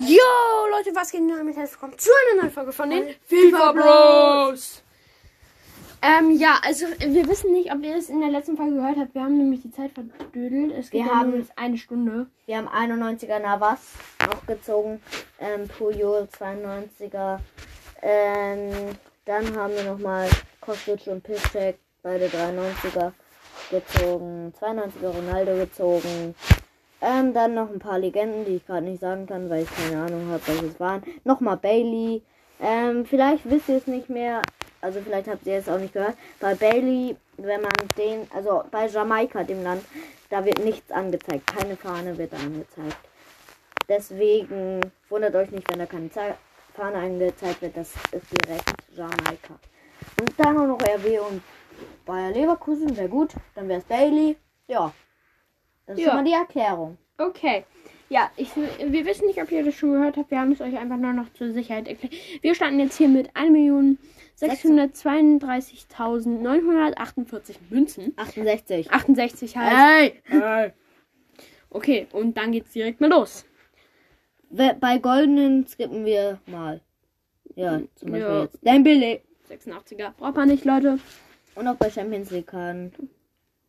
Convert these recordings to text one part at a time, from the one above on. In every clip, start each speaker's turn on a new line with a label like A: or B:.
A: Yo, Leute, was geht denn damit? Herzlich willkommen zu einer neuen Folge von den
B: FIFA Bros.
A: Ähm, ja, also wir wissen nicht, ob ihr das in der letzten Folge gehört habt. Wir haben nämlich die Zeit verdödelt. Es geht
C: Wir
A: ja
C: haben-
A: nur bis eine Stunde.
C: Wir haben 91er Navas auch gezogen, ähm, Puyo 92er. Ähm, dann haben wir nochmal Kostic und Piszczek, beide 93er gezogen, 92er Ronaldo gezogen. Ähm, dann noch ein paar Legenden, die ich gerade nicht sagen kann, weil ich keine Ahnung habe, welche es waren. Nochmal Bailey. Ähm, vielleicht wisst ihr es nicht mehr, also vielleicht habt ihr es auch nicht gehört. Bei Bailey, wenn man den, also bei Jamaika, dem Land, da wird nichts angezeigt. Keine Fahne wird angezeigt. Deswegen wundert euch nicht, wenn da keine Zei- Fahne angezeigt wird. Das ist direkt Jamaika. Und dann auch noch RW und Bayer Leverkusen, wäre gut. Dann wäre es Bailey. Ja. Das ist
A: Ja.
C: schon mal die Erklärung.
A: Okay. Ja, ich, wir wissen nicht, ob ihr das schon gehört habt. Wir haben es euch einfach nur noch zur Sicherheit erklärt. Wir starten jetzt hier mit 1.632.948 Münzen.
C: 68.
A: 68 halt.
C: Äh?
B: Hey!
A: Okay, und dann geht's direkt mal los.
C: We- Bei goldenen skippen wir mal. Ja, zum Beispiel
A: Ja.
C: jetzt. Dembele.
A: 86er braucht man nicht, Leute.
C: Und auch bei Champions League kann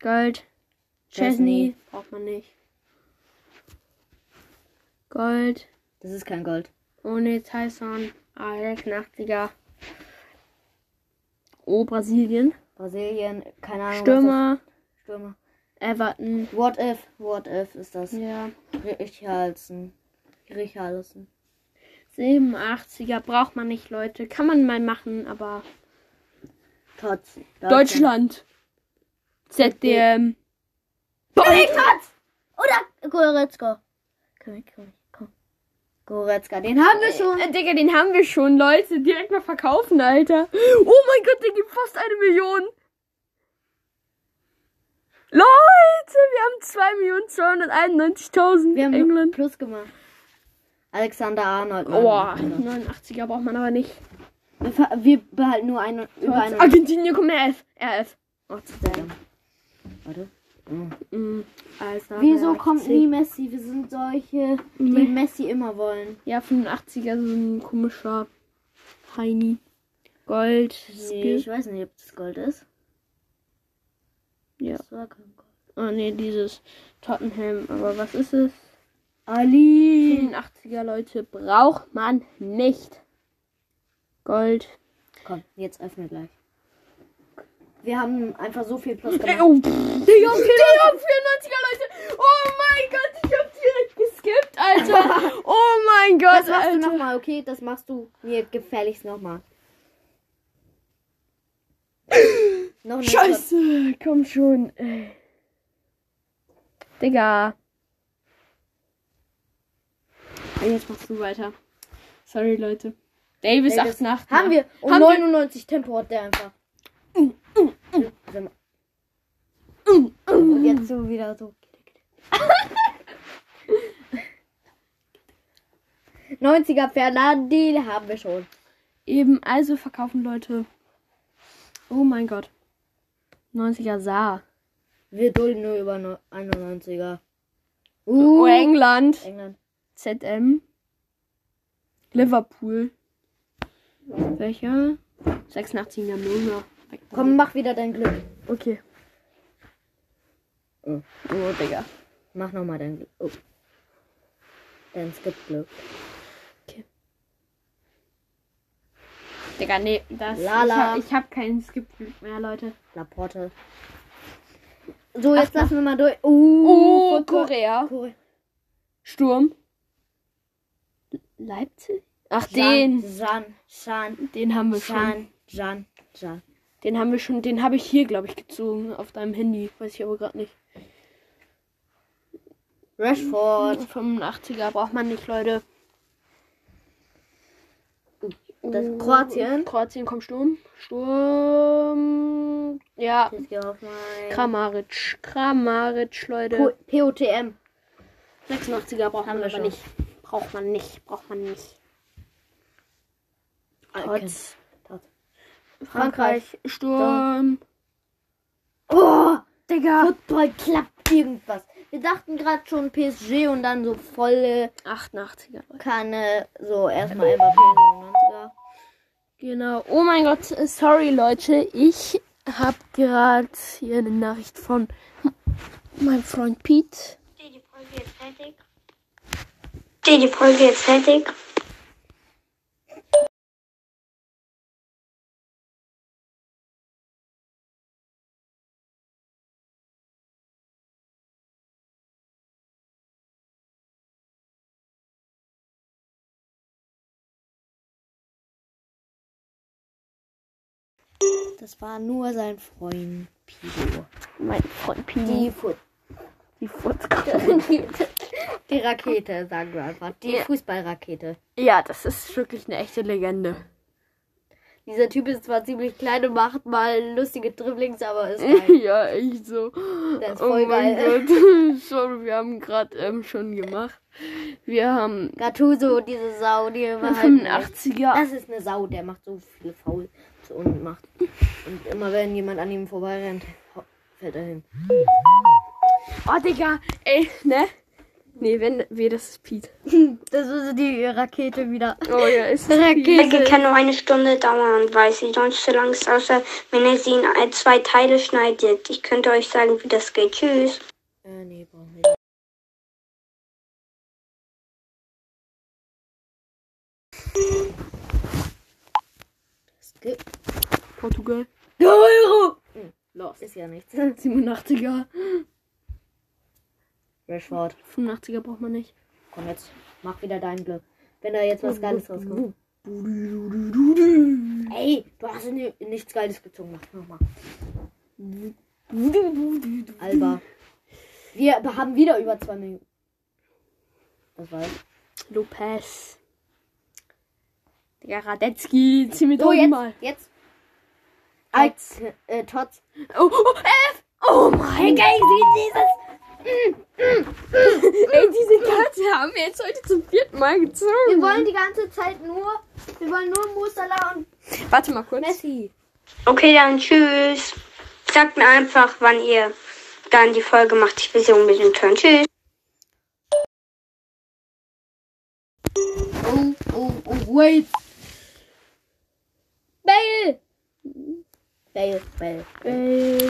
A: Gold. Chesney
C: Chesney.
A: braucht man nicht. Gold.
C: Das ist kein Gold.
A: Ohne Tyson. 86er. Oh, Brasilien.
C: Brasilien, keine
A: Ah,
C: Ahnung. was
A: Stürmer.
C: das- Stürmer.
A: Everton.
C: What if? What if ist das?
A: Ja.
C: Richarlison. Richarlison.
A: 87er braucht man nicht, Leute. Kann man mal machen, aber.
C: Trotz.
A: Deutschland. ZDM.
C: Trotz. Oder Goretzka. Komm, her, komm, her, komm. Goretzka, den haben wir schon.
A: Äh, Digga, den haben wir schon, Leute. Direkt mal verkaufen, Alter. Oh mein Gott, der gibt fast eine Million. Leute, wir haben 2.291.000
C: Wir haben
A: England.
C: Plus gemacht. Alexander Arnold. Mann.
A: Boah, 89er braucht man aber nicht.
C: Wir, ver- wir behalten nur einen über
A: Ah,
C: einen.
A: Argentinien, komm her, F. RF. Oh,
C: Warte.
A: mm, also,
C: Wieso
A: 80.
C: kommt nie Messi? Wir sind solche, die
A: Nee.
C: Messi immer wollen.
A: Ja, 85er so ein komischer Heini. Gold.
C: Nee, ich weiß nicht, ob das Gold ist.
A: Ja.
C: Das war kein Gold.
A: Oh ne, dieses Tottenham. Aber was ist es?
C: Ali.
A: 80er Leute braucht man nicht. Gold.
C: Komm, jetzt öffne gleich. Wir haben einfach so viel Plus
A: Äh,
C: gemacht.
A: oh, pff, Digga, okay, Digga, 94er Leute. Oh mein Gott, ich hab direkt geskippt, Alter. Oh mein Gott,
C: Das machst du
A: Alter.
C: nochmal, okay? Das machst du mir gefälligst nochmal. Noch eine
A: Scheiße, komm schon. ey. Digga. Jetzt machst du weiter. Sorry, Leute. Davis,
C: Davis.
A: 88.
C: Haben wir. Und
A: Haben wir-
C: 99 Tempo hat der einfach. Sag mal. Und jetzt so wieder so. 90er Fernandi haben wir schon.
A: Eben, also verkaufen Leute. Oh mein Gott. 90er Saar.
C: Wir dulden nur über neu- 91er.
A: Oh,
C: Uh,
A: England.
C: England.
A: ZM. Liverpool. Welcher? 86 er Mona.
C: Komm, mach wieder dein Glück.
A: Okay.
C: Oh.
A: Oh, Digga.
C: Mach nochmal dein Glück. Oh. Dein Skip-Glück.
A: Digga, nee, das.
C: Lala.
A: Ich, hab, ich hab keinen Skip-Glück mehr, Leute.
C: Laporte. So, jetzt
A: Ach,
C: lassen wir mal durch. Oh,
A: Oh,
C: Fuck,
A: Korea.
C: Korea.
A: Sturm. Leipzig? Ach,
C: Jan,
A: den.
C: Jan, Jan,
A: Den haben wir schon.
C: Jan, Jan, Jan.
A: Den haben wir schon, den habe ich hier, glaube ich, gezogen auf deinem Handy. Weiß ich aber gerade nicht.
C: Rashford.
A: 85er braucht man nicht, Leute.
C: Das Kroatien.
A: Oh, Kroatien kommt Sturm. Sturm. Ja.
C: Jetzt geh auf mein.
A: Kramaric. Kramaric, Leute.
C: Po- POTM.
A: 86er braucht man
C: Haben wir
A: aber
C: schon.
A: nicht. Braucht man nicht. Braucht man nicht.
C: Trotz.
A: Frankreich. Sturm.
C: Oh,
A: Digga.
C: Football Club. irgendwas. Wir dachten gerade schon PSG und dann so volle
A: 88er.
C: Kanne, so erstmal Mbappé 97er.
A: Genau. Oh mein Gott, äh, sorry Leute, ich habe gerade hier eine Nachricht von meinem Freund Pete.
D: Steht die Folge jetzt fertig? Steht die Folge jetzt fertig?
C: Das war nur sein Freund Pido.
A: Mein Freund Pete.
C: Die, Fu
A: Die
C: die Rakete, sagen wir einfach. Die
A: Ja.
C: Fußballrakete.
A: Ja, das ist wirklich eine echte Legende.
C: Dieser Typ ist zwar ziemlich klein und macht mal lustige Dribblings, aber ist geil.
A: ja, echt so.
C: Das ist
A: oh
C: voll
A: mein
C: geil.
A: Gott. Sorry, wir haben gerade ähm, schon gemacht. Wir haben
C: Gattuso, diese Sau, die immer halt.
A: 85er.
C: Das ist eine Sau, der macht so viel faul zu und macht. Und immer wenn jemand an ihm vorbeirennt, hau- fällt er hin.
A: Oh, Digga. Ey, ne? Nee, wenn wir, das ist Pete.
C: Das ist die Rakete wieder.
A: Oh ja, ist es
C: Rakete.
A: Pete.
D: Die Folge kann nur eine Stunde dauern, weil sie sonst zu lang ist, außer wenn ihr sie in ein- zwei Teile schneidet. Ich könnte euch sagen, wie das geht. Tschüss.
C: Äh, nee, brauchen wir nicht. Das gibt
A: Portugal.
C: Euro!
A: Lost.
C: Ist ja nichts.
A: 87er.
C: Rashford,
A: 85er braucht man nicht.
C: komm jetzt, mach wieder dein Glück. Wenn da jetzt was Geiles rauskommt. Ey, du hast ni- nichts Geiles gezogen, mach nochmal. Alba. Wir haben wieder über zwei Minuten. Was war's?
A: Lopez. Digga, Radetzky. Zieh mit
C: So,
A: oben
C: jetzt,
A: Oh, mal.
C: jetzt. Als, äh, Tots. Hm.
A: Oh, oh, F. Oh mein Gott.
C: Geil, wie dieses.
A: Ey, diese Karte haben wir jetzt heute zum vierten Mal
C: Wir
A: gezogen.
C: wollen die ganze Zeit nur, wir wollen nur Musala und
A: Warte mal kurz.
C: Messi.
D: Okay, dann tschüss. Sagt mir einfach, wann ihr dann die Folge macht. Ich will sie unbedingt hören. Tschüss.
C: Oh, oh, oh, wait. Bale. Bale, Bale.
A: Bay.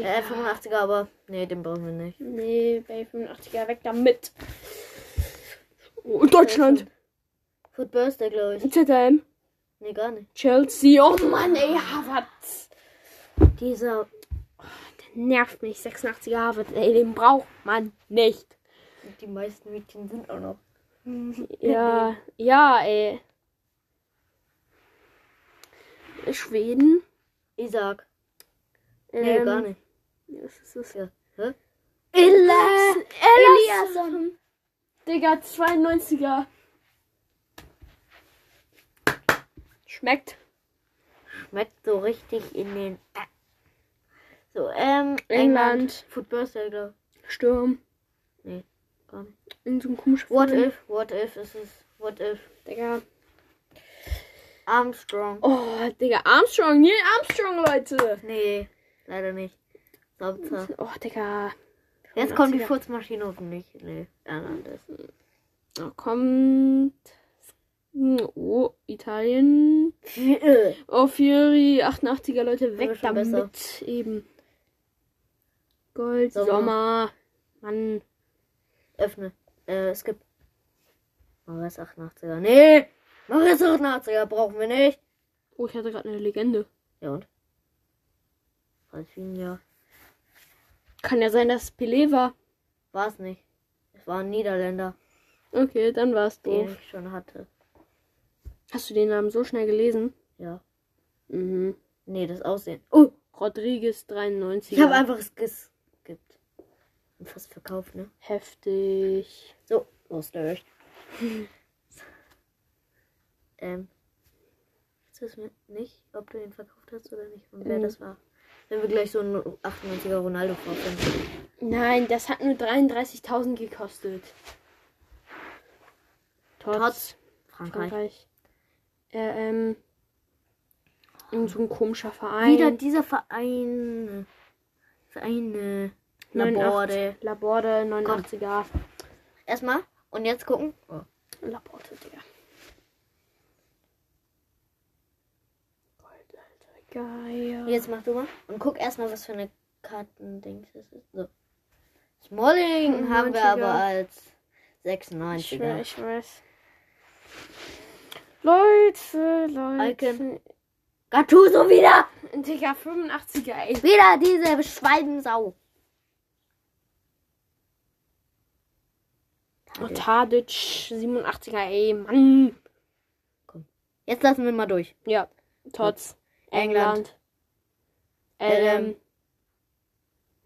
C: Äh, 85er, aber, nee, den brauchen wir nicht.
A: Nee, Bay 85er weg damit. Oh, Deutschland.
C: Food Birthday, glaube ich.
A: ZM.
C: Nee, gar nicht.
A: Chelsea. Oh Mann, ey, Harvard.
C: Dieser,
A: Nervt mich. 86er Harvard. Ey, den braucht man nicht.
C: die meisten Mädchen sind auch noch.
A: Ja, ja, ey. Schweden.
C: Isaac. Nee,
A: ähm,
C: gar nicht.
A: Was ist das?
C: Ja. Hä?
A: Elias.
C: Eliasson.
A: Digga, 92er. Schmeckt.
C: Schmeckt so richtig in den. äh. So, ähm, England.
A: England.
C: Food Birthday, glaube
A: Sturm.
C: Nee, gar nicht.
A: Irgend so ein komischer
C: ich. What
A: Film.
C: if, what if ist es. What if.
A: Digga.
C: Armstrong.
A: Oh, Digga, Armstrong. Neil Armstrong, Leute.
C: Nee, leider nicht. Sabzer.
A: Oh, Digga.
C: Jetzt kommt die Furzmaschine hoffentlich. Nee, Hernandez.
A: Oh, kommt. Oh, Italien.
C: Weg
A: Oh, Fury, 88er Leute,
C: wir
A: weg
C: schon
A: damit. Eben. Gold,
C: Sommer.
A: Sommer. Mann.
C: Öffne. Äh, es gibt. Maris 88er. Nee! Maris 88er brauchen wir nicht.
A: Oh, ich hatte gerade eine Legende.
C: Ja und? Rafinha.
A: Kann ja sein, dass es Pelé war.
C: War es nicht. Es war ein Niederländer,
A: Okay, dann war es
C: den
A: doof.
C: ich schon hatte.
A: Hast du den Namen so schnell gelesen?
C: Ja.
A: Mhm.
C: Nee, das Aussehen.
A: Oh, Rodriguez 93.
C: Ich habe einfach es geskippt. Und fast verkauft, ne?
A: Heftig.
C: So, los durch. ähm. Jetzt wissen wir nicht, ob du ihn verkauft hast oder nicht und wer
A: Mhm.
C: das war. Wenn wir gleich so einen 98er Ronaldo vorfinden.
A: Nein, das hat nur 33.000 gekostet. Tots.
C: Trotz Frankreich.
A: Frankreich. Äh, ähm. Irgend so ein komischer Verein.
C: Wieder dieser Verein. Vereine. Laborde.
A: Laborde, 89er.
C: Erstmal. Und jetzt gucken. Oh.
A: Laborde, Digga. Gold, Alter, Geier.
C: Jetzt mach du mal. Und guck erstmal, was für eine Kartendings es ist. So. Smalling haben wir
A: 90er.
C: aber als
A: Ich schwör,
C: 96er.
A: ich weiß. Leute, Leute.
C: Icon. Gattuso wieder!
A: Digga, E. 85er, ey.
C: Wieder diese Schweidensau.
A: Oh, Tadic, 87er, ey, Mann.
C: Jetzt lassen wir mal durch.
A: Ja, Tots. England.
C: England.
A: Ähm.
C: Ähm.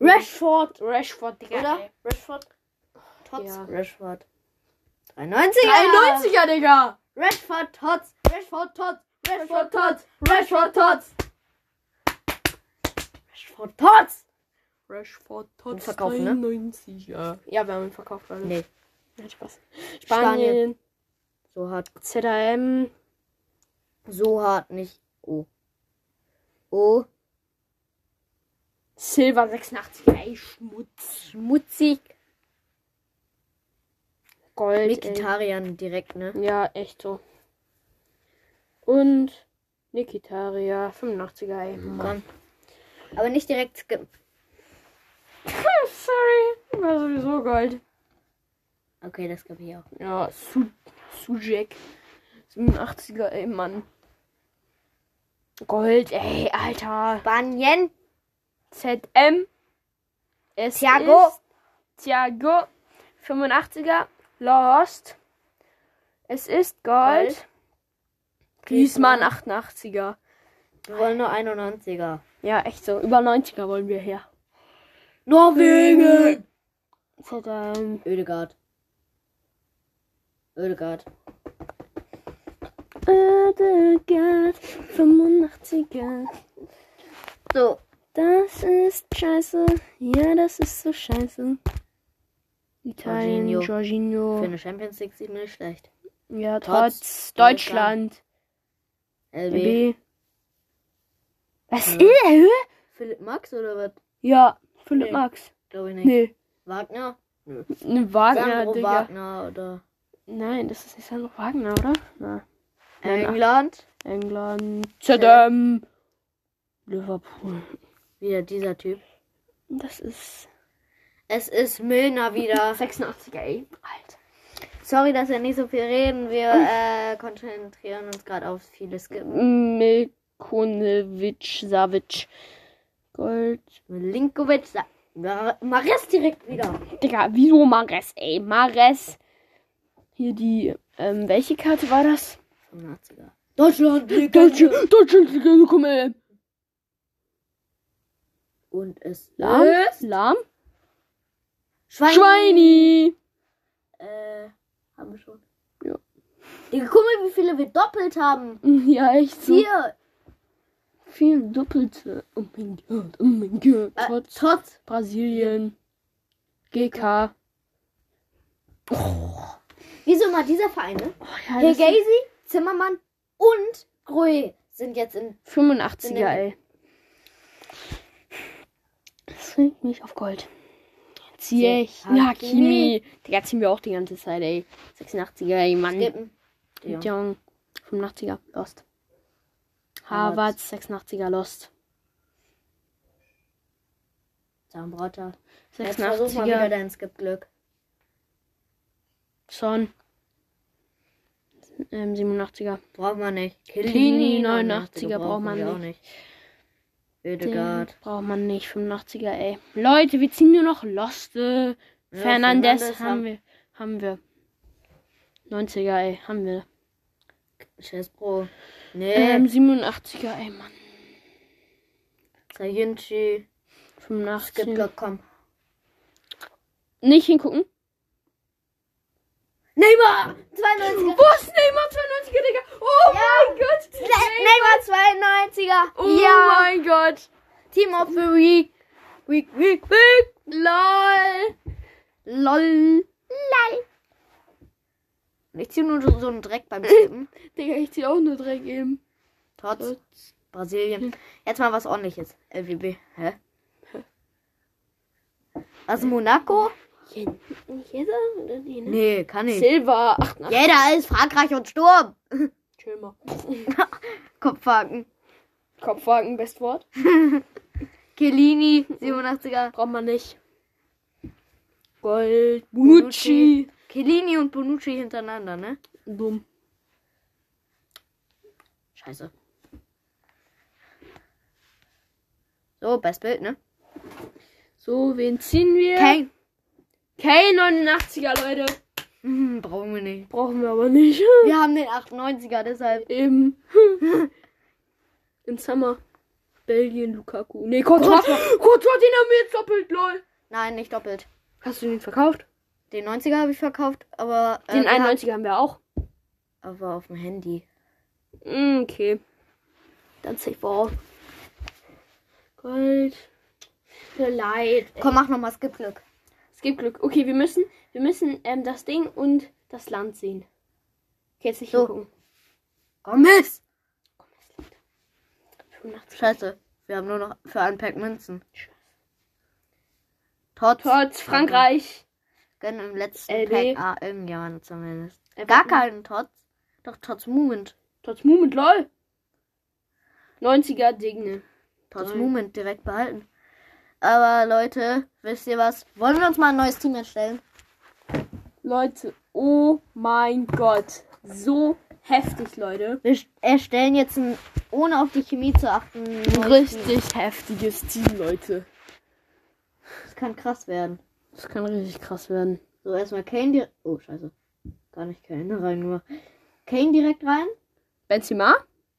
A: Rashford, Rashford, Digga.
C: Oder?
A: ey.
C: Rashford. Tots.
A: Ja.
C: Rashford. 93er.
A: 93er, Digga.
C: Rashford Tots. Rashford Tots. Rashford Tots.
A: Rashford, Tots.
C: Rashford Tots.
B: Rashford
C: Und
B: Tots
C: verkaufen, ne?
B: 93er.
A: Ja, wir haben ihn verkauft. Leute.
C: Nee.
A: Nein, Spaß. Spanien,
C: Spanien. So hart.
A: ZM,
C: So hart nicht. Oh. Oh.
A: Silva 86er, ey, Schmutz.
C: Schmutzig.
A: Gold, ey.
C: Vegetarian direkt, ne?
A: Ja, echt so. Und Nikitaria, 85er, ey.
C: Komm. Aber nicht direkt skippen.
A: Sorry, war sowieso Gold.
C: Okay, das gab ich auch.
A: Ja, Su Sujek. 87er, ey, Mann. Gold, ey, Alter.
C: Spanien.
A: ZM. Es
C: Thiago.
A: Ist Thiago. 85er. Lost. Es ist Gold.
C: Gold.
A: Griezmann 88er.
C: Wir wollen nur 91er.
A: Ja, echt so. Über 90er wollen wir her.
C: Norwegen.
A: ZM.
C: Ödegard. Ödegard.
A: Ödegard 85er.
C: So.
A: Das ist scheiße. Ja, das ist so scheiße. Italien,
C: Jorginho.
A: Jorginho.
C: Für eine Champions League sieht man nicht schlecht.
A: Ja, trotz
C: Trotz
A: Deutschland.
C: LB.
A: B. Was
C: Ja.
A: ist er?
C: Philipp Max oder was?
A: Ja, Philipp
C: Nee.
A: Max.
C: Glaube ich nicht.
A: Nee.
C: Wagner?
A: Ne Wagner,
C: Sandro
A: Digga.
C: Wagner oder
A: Nein, das ist nicht Sandro Wagner, oder? Na. Nein, ach.
C: England?
A: England. Zedem. Liverpool.
C: Wieder dieser Typ.
A: Das ist
C: Es ist Milner wieder.
A: 86er, ey. Alter.
C: Sorry, dass wir nicht so viel reden. Wir äh, konzentrieren uns gerade auf viele Skippen.
A: Milkonevic, Savic. Gold.
C: Milinkovic, Sa- Mar- Maris direkt wieder.
A: Digga, wieso Mares, ey? Mares. Hier die, ähm, welche Karte war das?
C: 85er. Deutschland, wir können-
A: Deutsche, Deutschland, Liga, komm, ey.
C: Und es
A: Lahm?
C: ist
A: Lahm?
C: Schwein.
A: Schweini!
C: Äh, haben wir schon.
A: Ja. Mhm.
C: Digga, guck mal, wie viele wir doppelt haben.
A: Ja, echt so.
C: Vier.
A: Viel Doppelte. Oh mein Gott, oh mein Gott.
C: Äh,
A: Trotz
C: Tots.
A: Brasilien. GK.
C: Wieso mal dieser Verein, ne?
A: Oh, ja, das sind
C: Hegesi, Zimmermann und Grohe sind jetzt in.
A: 85er, ey. Das bringt mich auf Gold. Ziyech.
C: Ziyech.
A: Ja, Kimi. Digga, ziehen wir auch die ganze Zeit, ey. 86er, ey, Mann.
C: Skippen. Ja.
A: Jong. 85er, Lost. Harvard,
C: Havertz.
A: 86er, Lost.
C: Zambrotta. Jetzt versuch mal wieder
A: 86er,
C: dein Skip-Glück.
A: Son. Ähm, 87er.
C: Braucht man nicht.
A: Chiellini, 89er,
C: 89er
A: braucht man
C: wir auch
A: nicht. Den
C: Ödegaard.
A: braucht man nicht. 85er, ey. Leute, wir ziehen nur noch Lost. Äh,
C: Ja,
A: Fernandes,
C: Fernandes
A: haben
C: haben-
A: wir. Haben wir. 90er, ey. Haben wir.
C: Chesbro. Nee.
A: Ähm,
C: Ähm,
A: 87er, ey, Mann.
C: Sayunchi.
A: 85.
C: Skip-Glück, komm.
A: Nicht hingucken.
C: Neymar! 92er!
A: Was? Neymar 92er, Digga. Oh mein Gott.
C: Ne- Neymar 92er!
A: Oh
C: ja!
A: mein Gott.
C: Team of the Week!
A: Weak, weak, weak. Lol. Lol.
C: Ich zieh nur so einen Dreck beim Tippen.
A: Digga, ich zieh auch nur Dreck eben.
C: Trotz Brasilien. Jetzt mal was ordentliches. LWB. Hä? Was, Monaco?
A: Hier, hier da? Oder hier, ne?
C: Nee, kann nicht.
A: Silber, 88.
C: Ja, da ist Frankreich und Sturm.
A: Chill mal.
C: Kopfhaken.
A: Kopfwagen, Bestwort.
C: Kellini, 87er.
A: Braucht man nicht. Gold.
C: Bonucci. Kellini und Bonucci hintereinander, ne?
A: Dumm.
C: Scheiße. So, best Bild, ne?
A: So, wen ziehen wir?
C: Kane.
A: K89er, Leute.
C: Hm, brauchen wir nicht.
A: Brauchen wir aber nicht.
C: Wir haben den 98er, deshalb.
A: Im. In Summer. Belgien, Lukaku. Nee, Courtois. Courtois, den haben wir jetzt doppelt, lol.
C: Nein, nicht doppelt.
A: Hast du den verkauft?
C: Den 90er habe ich verkauft, aber. äh,
A: Den
C: wir haben-
A: 91er haben wir auch.
C: Aber auf dem Handy.
A: Mm, Okay. Dann safe auf. Gold. Mir leid.
C: Komm, mach nochmal Skip Glück.
A: Es gibt Glück. Okay, wir müssen, wir müssen ähm, das Ding und das Land sehen. Okay, jetzt nicht
C: So.
A: hingucken.
C: Gomez!
A: 85.
C: Scheiße, wir haben nur noch für einen Pack Münzen. Trotz,
A: Trotz Frankreich.
C: Gönnen im letzten
A: LB.
C: Pack. Ah, irgendjemand zumindest.
A: Äh,
C: Gar
A: warte mal.
C: keinen Trotz. Doch Trotz Moment.
A: Trotz Moment, lol. 90er Digne.
C: Trotz
A: Nein.
C: Moment direkt behalten. Aber Leute, wisst ihr was? Wollen wir uns mal ein neues Team erstellen?
A: Leute, oh mein Gott. So heftig, Leute.
C: Wir sch- erstellen jetzt ein, ohne auf die Chemie zu achten. ein neues Team.
A: heftiges Team, Leute.
C: Das kann krass werden.
A: Das kann richtig krass werden.
C: So, erstmal Kane direkt. Oh, scheiße. Gar nicht Kane rein, nur. Kane direkt rein?
A: Benzema?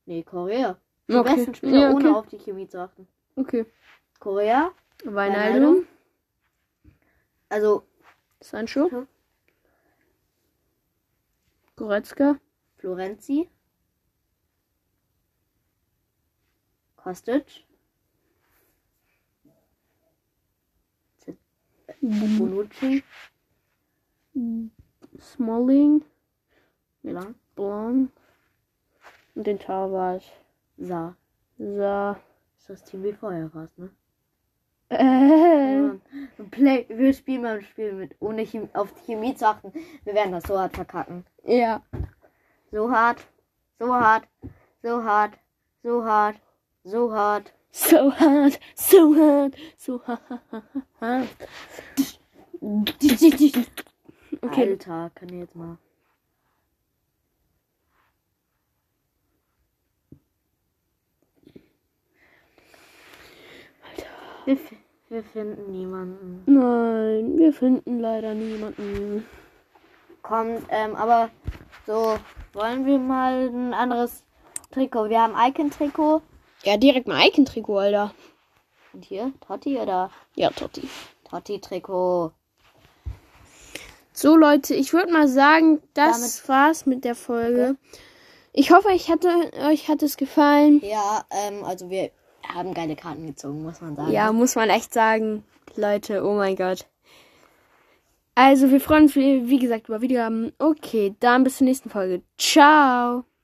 C: Nee, Korea. Die besten Spieler,
A: Ja, okay.
C: ohne auf die Chemie zu achten.
A: Okay.
C: Korea,
A: Weinaldum.
C: also
A: Sancho.
C: Ja.
A: Goretzka.
C: Florenzi, Kostic, Bonucci,
A: Smalling.
C: Milan,
A: Blanc. Und den Tavares.
C: Sa.
A: So.
C: Ist das Team wie vorher fast, ne?
A: Äh.
C: Ja. Play, wir spielen mal ein Spiel mit, ohne Chem auf die Chemie zu achten. Wir werden das so hart verkacken.
A: Ja.
C: So hart, so hart, so hart, so hart, so hart.
A: So hart, so hart, so hart. Okay.
C: Alter, kann ich jetzt mal. Wir, fi- wir finden niemanden.
A: Nein, wir finden leider niemanden.
C: Kommt, ähm, aber so, wollen wir mal ein anderes Trikot? Wir haben Icon-Trikot.
A: Ja, direkt mal Icon-Trikot, Alter.
C: Und hier, Totti oder
A: Ja, Totti.
C: Totti-Trikot.
A: So, Leute, ich würde mal sagen, das war's mit der Folge. Ich hoffe, ich hatte, euch hat es gefallen.
C: Ja, ähm, also wir haben geile Karten gezogen, muss man sagen.
A: Ja, muss man echt sagen, Leute, oh mein Gott. Also, wir freuen uns, wie wie gesagt, über Wiedergaben. Okay, dann bis zur nächsten Folge. Ciao.